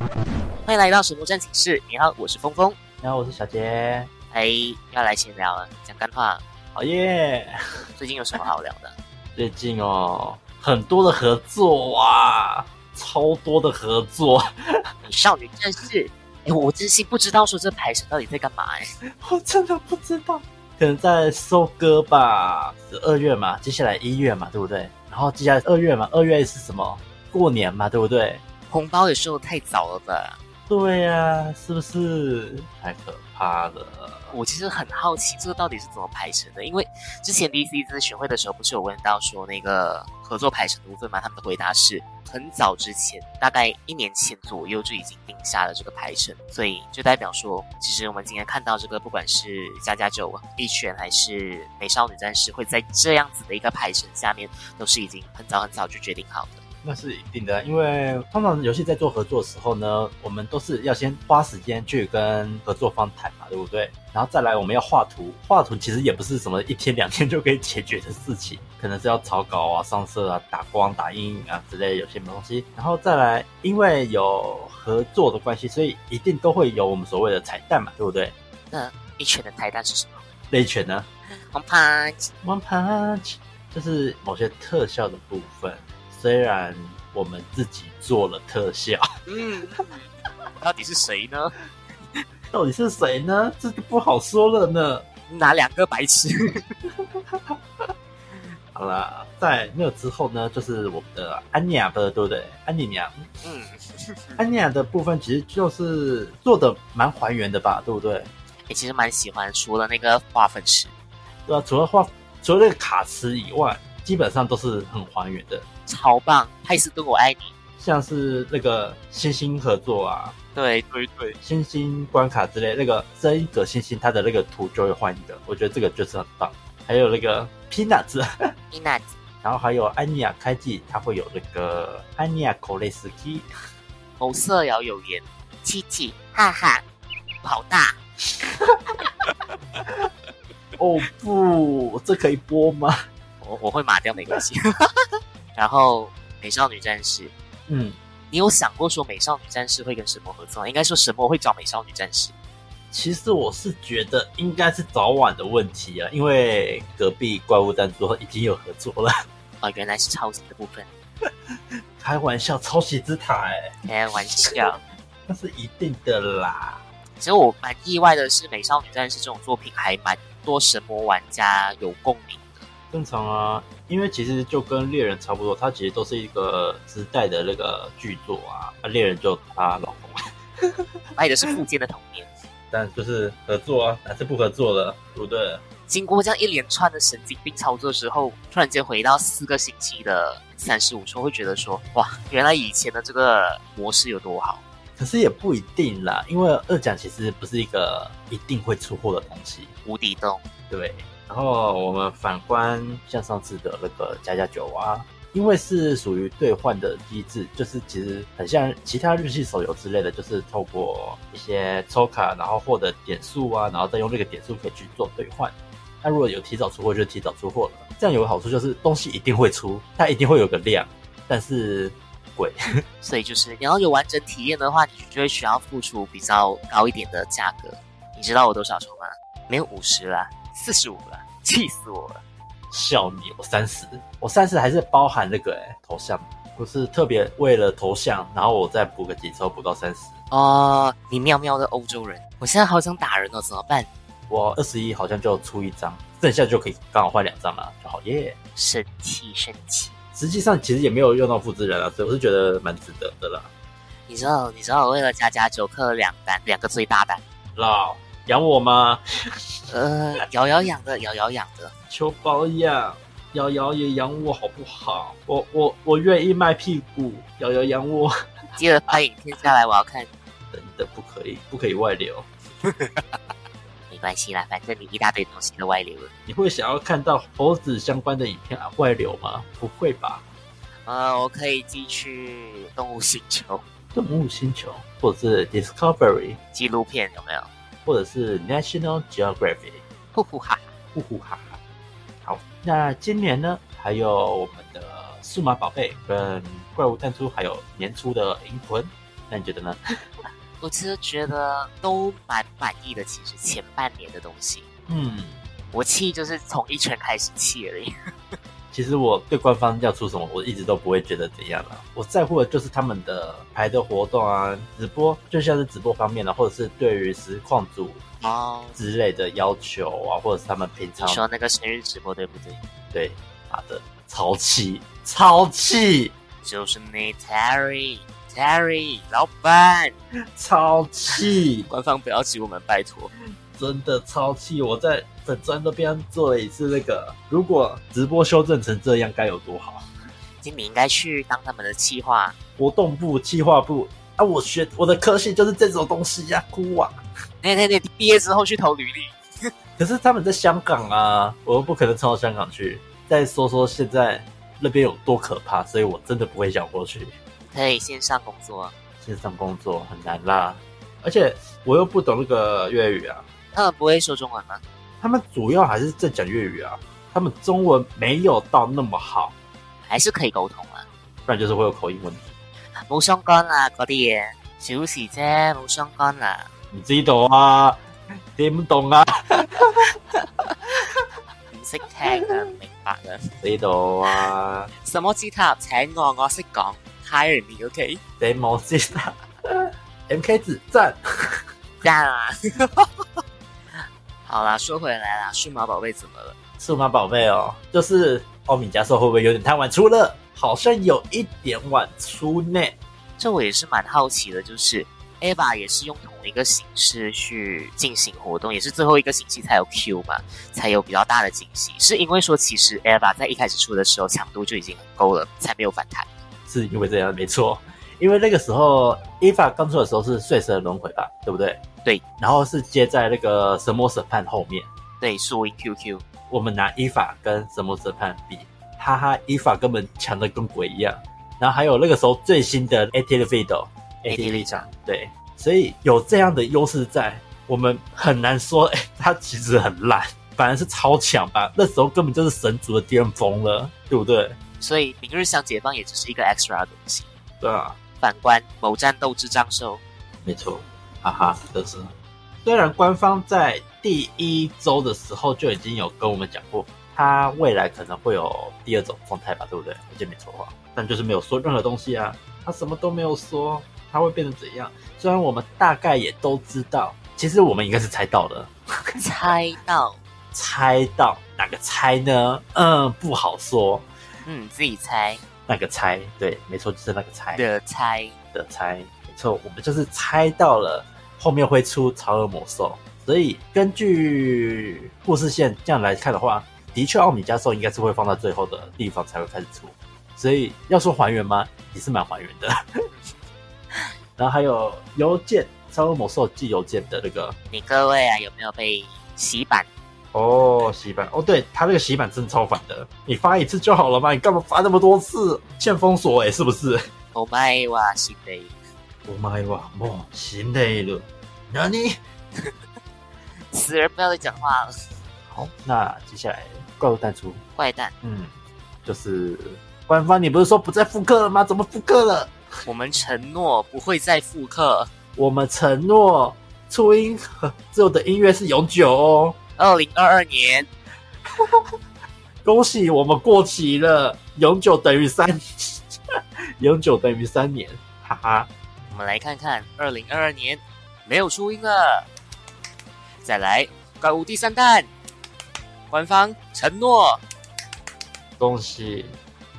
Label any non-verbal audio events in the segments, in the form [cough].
欢迎来到史博正寝室，你好，我是峰峰。你好，我是小杰。哎，要来闲聊了，讲干话。好耶！最近有什么好聊的？最近哦，很多的合作哇，超多的合作，美少女战士，哎，我真心不知道说这牌神到底在干嘛哎。 [laughs] 我真的不知道。可能在收割吧，二月嘛，接下来一月嘛，对不对？然后接下来二月嘛，二月是什么？过年嘛，对不对？红包也收的太早了吧？对呀、是不是？太可怕了。我其实很好奇这个到底是怎么排成的，因为之前 DC 在巡回的时候不是有问到说那个合作排成的部分吗？他们的回答是很早之前，大概一年前左右就已经定下了这个排程，所以就代表说，其实我们今天看到这个不管是加加九、一拳还是美少女战士，会在这样子的一个排程下面，都是已经很早很早就决定好的。那是一定的，因为通常游戏在做合作的时候呢，我们都是要先花时间去跟合作方谈嘛，对不对？然后再来我们要画图，画图其实也不是什么一天两天就可以解决的事情，可能是要草稿啊、上色啊、打光、打印啊之类有些东西。然后再来，因为有合作的关系，所以一定都会有我们所谓的彩蛋嘛，对不对？那 [laughs] 一拳的彩蛋是什么？那一拳呢红盘，One Punch 就是某些特效的部分，虽然我们自己做了特效。嗯，到底是谁呢？到底是谁呢？这就不好说了呢。哪两个白痴？好啦，在那之后呢，就是我们的安妮亚的，对不对？安妮娘， [laughs] 嗯，安妮亚的部分其实就是做的蛮还原的吧，对不对？也、其实蛮喜欢，除了那个花粉池，对啊，除了画，除了那个卡池以外，基本上都是很还原的，超棒，派斯顿我爱你。像是那个星星合作啊，对对对，星星关卡之类，那个这一个星星它的那个图就会换一个，我觉得这个就是很棒。还有那个 Peanuts 伊娜子，然后还有安妮亚开季，它会有那个安妮亚口雷斯基，某色谣有言，七七，哈哈，好大，哦不，这可以播吗？我我会码掉没关系。 [laughs] 然后美少女战士，嗯，你有想过说美少女战士会跟神魔合作吗？应该说神魔会找美少女战士。其实我是觉得应该是早晚的问题啊，因为隔壁怪物弹珠已经有合作了。啊、原来是抄袭的部分，开玩笑，抄袭之塔、欸，开玩笑。那是一定的啦。其实我蛮意外的是，美少女战士这种作品还蛮多神魔玩家有共鸣的。正常啊，因为其实就跟猎人差不多，它其实都是一个时代的那个巨作啊。啊猎人就他老公，卖的是附件的童年。但就是合作啊，哪次不合作了，对不对？经过这样一连串的神经病操作之后，突然间回到四个星期的三十五抽，会觉得说，哇，原来以前的这个模式有多好。可是也不一定啦，因为二奖其实不是一个一定会出货的东西。无底洞，对，然后我们反观像上次的那个加加九啊，因为是属于兑换的机制，就是其实很像其他日系手游之类的，就是透过一些抽卡，然后获得点数啊，然后再用这个点数可以去做兑换。那如果有提早出货，就提早出货了。这样有个好处就是东西一定会出，它一定会有个量，但是贵。所以就是你要有完整体验的话，你就会需要付出比较高一点的价格。你知道我多少抽吗？没有五十啦，四十五了，气死我了！笑你，我三十，我三十还是包含那个哎、头像，不是特别为了头像，然后我再补个几抽，补到三十。哦，你妙妙的欧洲人，我现在好想打人哦，怎么办？我二十一好像就出一张，剩下就可以刚好换两张了，就好耶。生气生气！实际上其实也没有用到复制人啊，所以我是觉得蛮值得的啦。你知道你知道我为了加加九氪了两单，两个最大单，老养我吗？呃，瑶瑶养的，瑶瑶养的。求保养，瑶瑶也养我好不好？我我我愿意卖屁股，瑶瑶养我。接着拍影片下来，我要看。等等，不可以，不可以外流。没关系啦，反正你一大堆东西都外流了。你会想要看到猴子相关的影片啊外流吗？不会吧？呃，我可以寄去动物星球动物星球，或者是 Discovery，纪录片有没有？或者是 National Geographic。呼呼哈哈！呼呼哈哈。好，那今年呢，还有我们的数码宝贝跟怪物弹珠，还有年初的银魂，那你觉得呢？我其实觉得都蛮满意的。其实前半年的东西，嗯，我气就是从一拳开始气而已。其实我对官方要出什么，我一直都不会觉得怎样啦。我在乎的就是他们的排的活动啊，直播就像是直播方面的，或者是对于实况组哦，之类的要求啊，或者是他们平你常说那个生日直播对不对？对他的潮气潮气就是你 Terry Terry 老板，潮气，官方不要挤我们，拜托。真的超气！我在粉砖那边做了一次那个，如果直播修正成这样该有多好！经理应该去当他们的企划，活动部、企划部啊，我学我的科系就是这种东西呀、哭啊！那那那毕业之后去投履历。可是他们在香港啊，我又不可能冲到香港去。再说说现在那边有多可怕，所以我真的不会想过去。可以线上工作，线上工作很难啦，而且我又不懂那个粤语啊，他们不会说中文吗？他们主要还是在讲粤语啊，他们中文没有到那么好，还是可以沟通啊？不然就是会有口音问题。冇相干啦，嗰啲嘢小事啫，冇相干啦。你自己懂啊，听不懂啊，唔識聽啊，唔明白啊。你懂啊，什麼之塔請我，我識講。Hire me, OK？谁毛知道啊 m K 子赞，赞啊！ [laughs] 好啦，说回来啦，数码宝贝怎么了？数码宝贝哦，就是奥米加兽会不会有点太晚出了？好像有一点晚出呢。这我也是蛮好奇的，就是 Ava 也是用同一个形式去进行活动，也是最后一个星期才有 Q 嘛，才有比较大的惊喜。是因为说其实 Ava 在一开始出的时候强度就已经很够了，才没有反弹。是因为这样没错，因为那个时候 Eva 刚出的时候是碎蛇轮回吧，对不对？对，然后是接在那个神魔审判后面。对，输赢 QQ，我们拿伊法跟神魔审判比，哈哈，伊法根本强的跟鬼一样。然后还有那个时候最新的 AT 的 Video AT 立场，对，所以有这样的优势在，我们很难说， [laughs] 哎、它其实很烂，反而是超强吧？那时候根本就是神族的巅峰了，对不对？所以明日香解放也只是一个 extra 的东西。对啊，反观某战斗之障兽， [laughs] 没错，哈哈，这是。虽然官方在第一周的时候就已经有跟我们讲过，它未来可能会有第二种状态吧，对不对？我记得没错的话，但就是没有说任何东西啊，他什么都没有说，它会变成怎样？虽然我们大概也都知道，其实我们应该是猜到的，猜到，猜到哪个猜呢？嗯，不好说，嗯，自己猜那个猜，对，没错，就是那个猜。的猜，的猜，没错，我们就是猜到了后面会出超恶魔兽，所以根据故事线这样来看的话，的确奥米加兽应该是会放到最后的地方才会开始出，所以要说还原吗？也是蛮还原的。然后还有邮件超恶魔兽寄邮件的那个你各位啊，有没有被洗版？哦洗版哦，对他那个洗版真的超烦的，你发一次就好了嘛，你干嘛发那么多次？欠封锁哎、是不是？我卖？Oh 哇，是的，お前はもう死んでいる。何？死人不要再讲话了，好，那接下来怪物淡出，怪蛋，嗯，就是官方，你不是说不再复刻了吗？怎么复刻了？我们承诺不会再复刻。我们承诺初音和之后的音乐是永久哦，二零二二年，恭喜我们过期了，永久等于三，永久等于三年， [laughs] 哈哈，我们来看看二零二二年没有初音了。再来，怪物第三弹，官方承诺恭喜！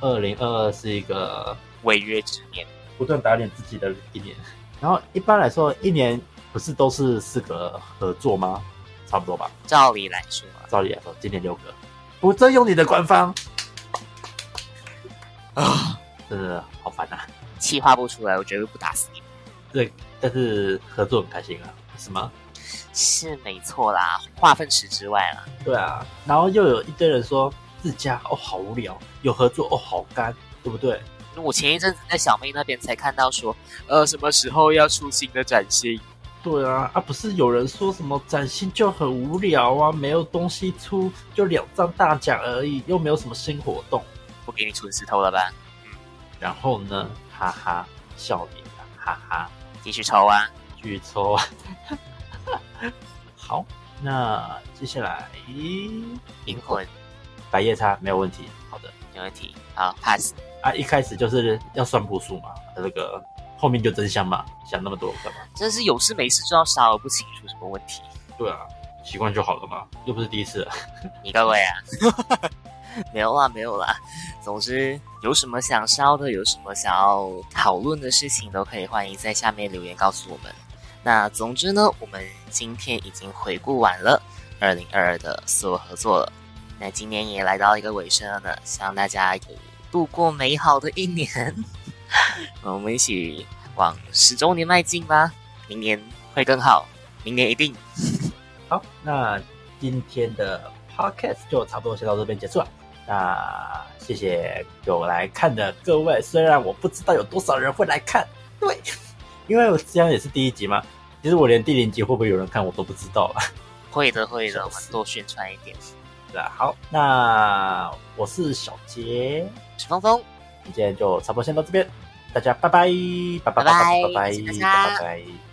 二零二二是一个违约之年，不断打脸自己的一年，然后一般来说一年不是都是四个合作吗？差不多吧。照理来说啊照理来说，今年六个，不征用你的官方，啊，真的好烦啊！气话不出来，我绝对不打死你。对，但是合作很开心啊，是吗？是没错啦，化粪池之外啦，对啊，然后又有一堆人说自家哦好无聊，有合作哦好干，对不对？我前一阵子在小妹那边才看到说，呃，什么时候要出新的崭新？对啊，啊不是有人说什么崭新就很无聊啊，没有东西出，就两张大奖而已，又没有什么新活动。不给你存石头了吧？然后呢，哈哈，笑脸啊，哈哈，继续抽啊！去抽。好，那接下来灵魂白夜叉没有问题。好的没问题，好 pass。啊，一开始就是要算步数嘛，那个后面就真香嘛，想那么多干嘛？真是有事没事就要杀而不清楚什么问题，对啊，习惯就好了嘛，又不是第一次了。你各位啊， [laughs] 没有啦没有啦，总之有什么想烧的，有什么想要讨论的事情，都可以欢迎在下面留言告诉我们。那总之呢，我们今天已经回顾完了二零二二的所有合作了，那今年也来到一个尾声了呢，希望大家有度过美好的一年， [laughs] 我们一起往十周年迈进吧，明年会更好，明年一定。好，那今天的 podcast 就差不多先到这边结束了。那谢谢有来看的各位，虽然我不知道有多少人会来看，对，因为我这样也是第一集嘛。其实我连第零集会不会有人看我都不知道啊。会的，会的，笑我们死多宣传一点。对啊，好，那我是小杰，史峰峰，今天就差不多先到这边，大家拜拜，拜拜拜拜拜拜拜拜拜拜。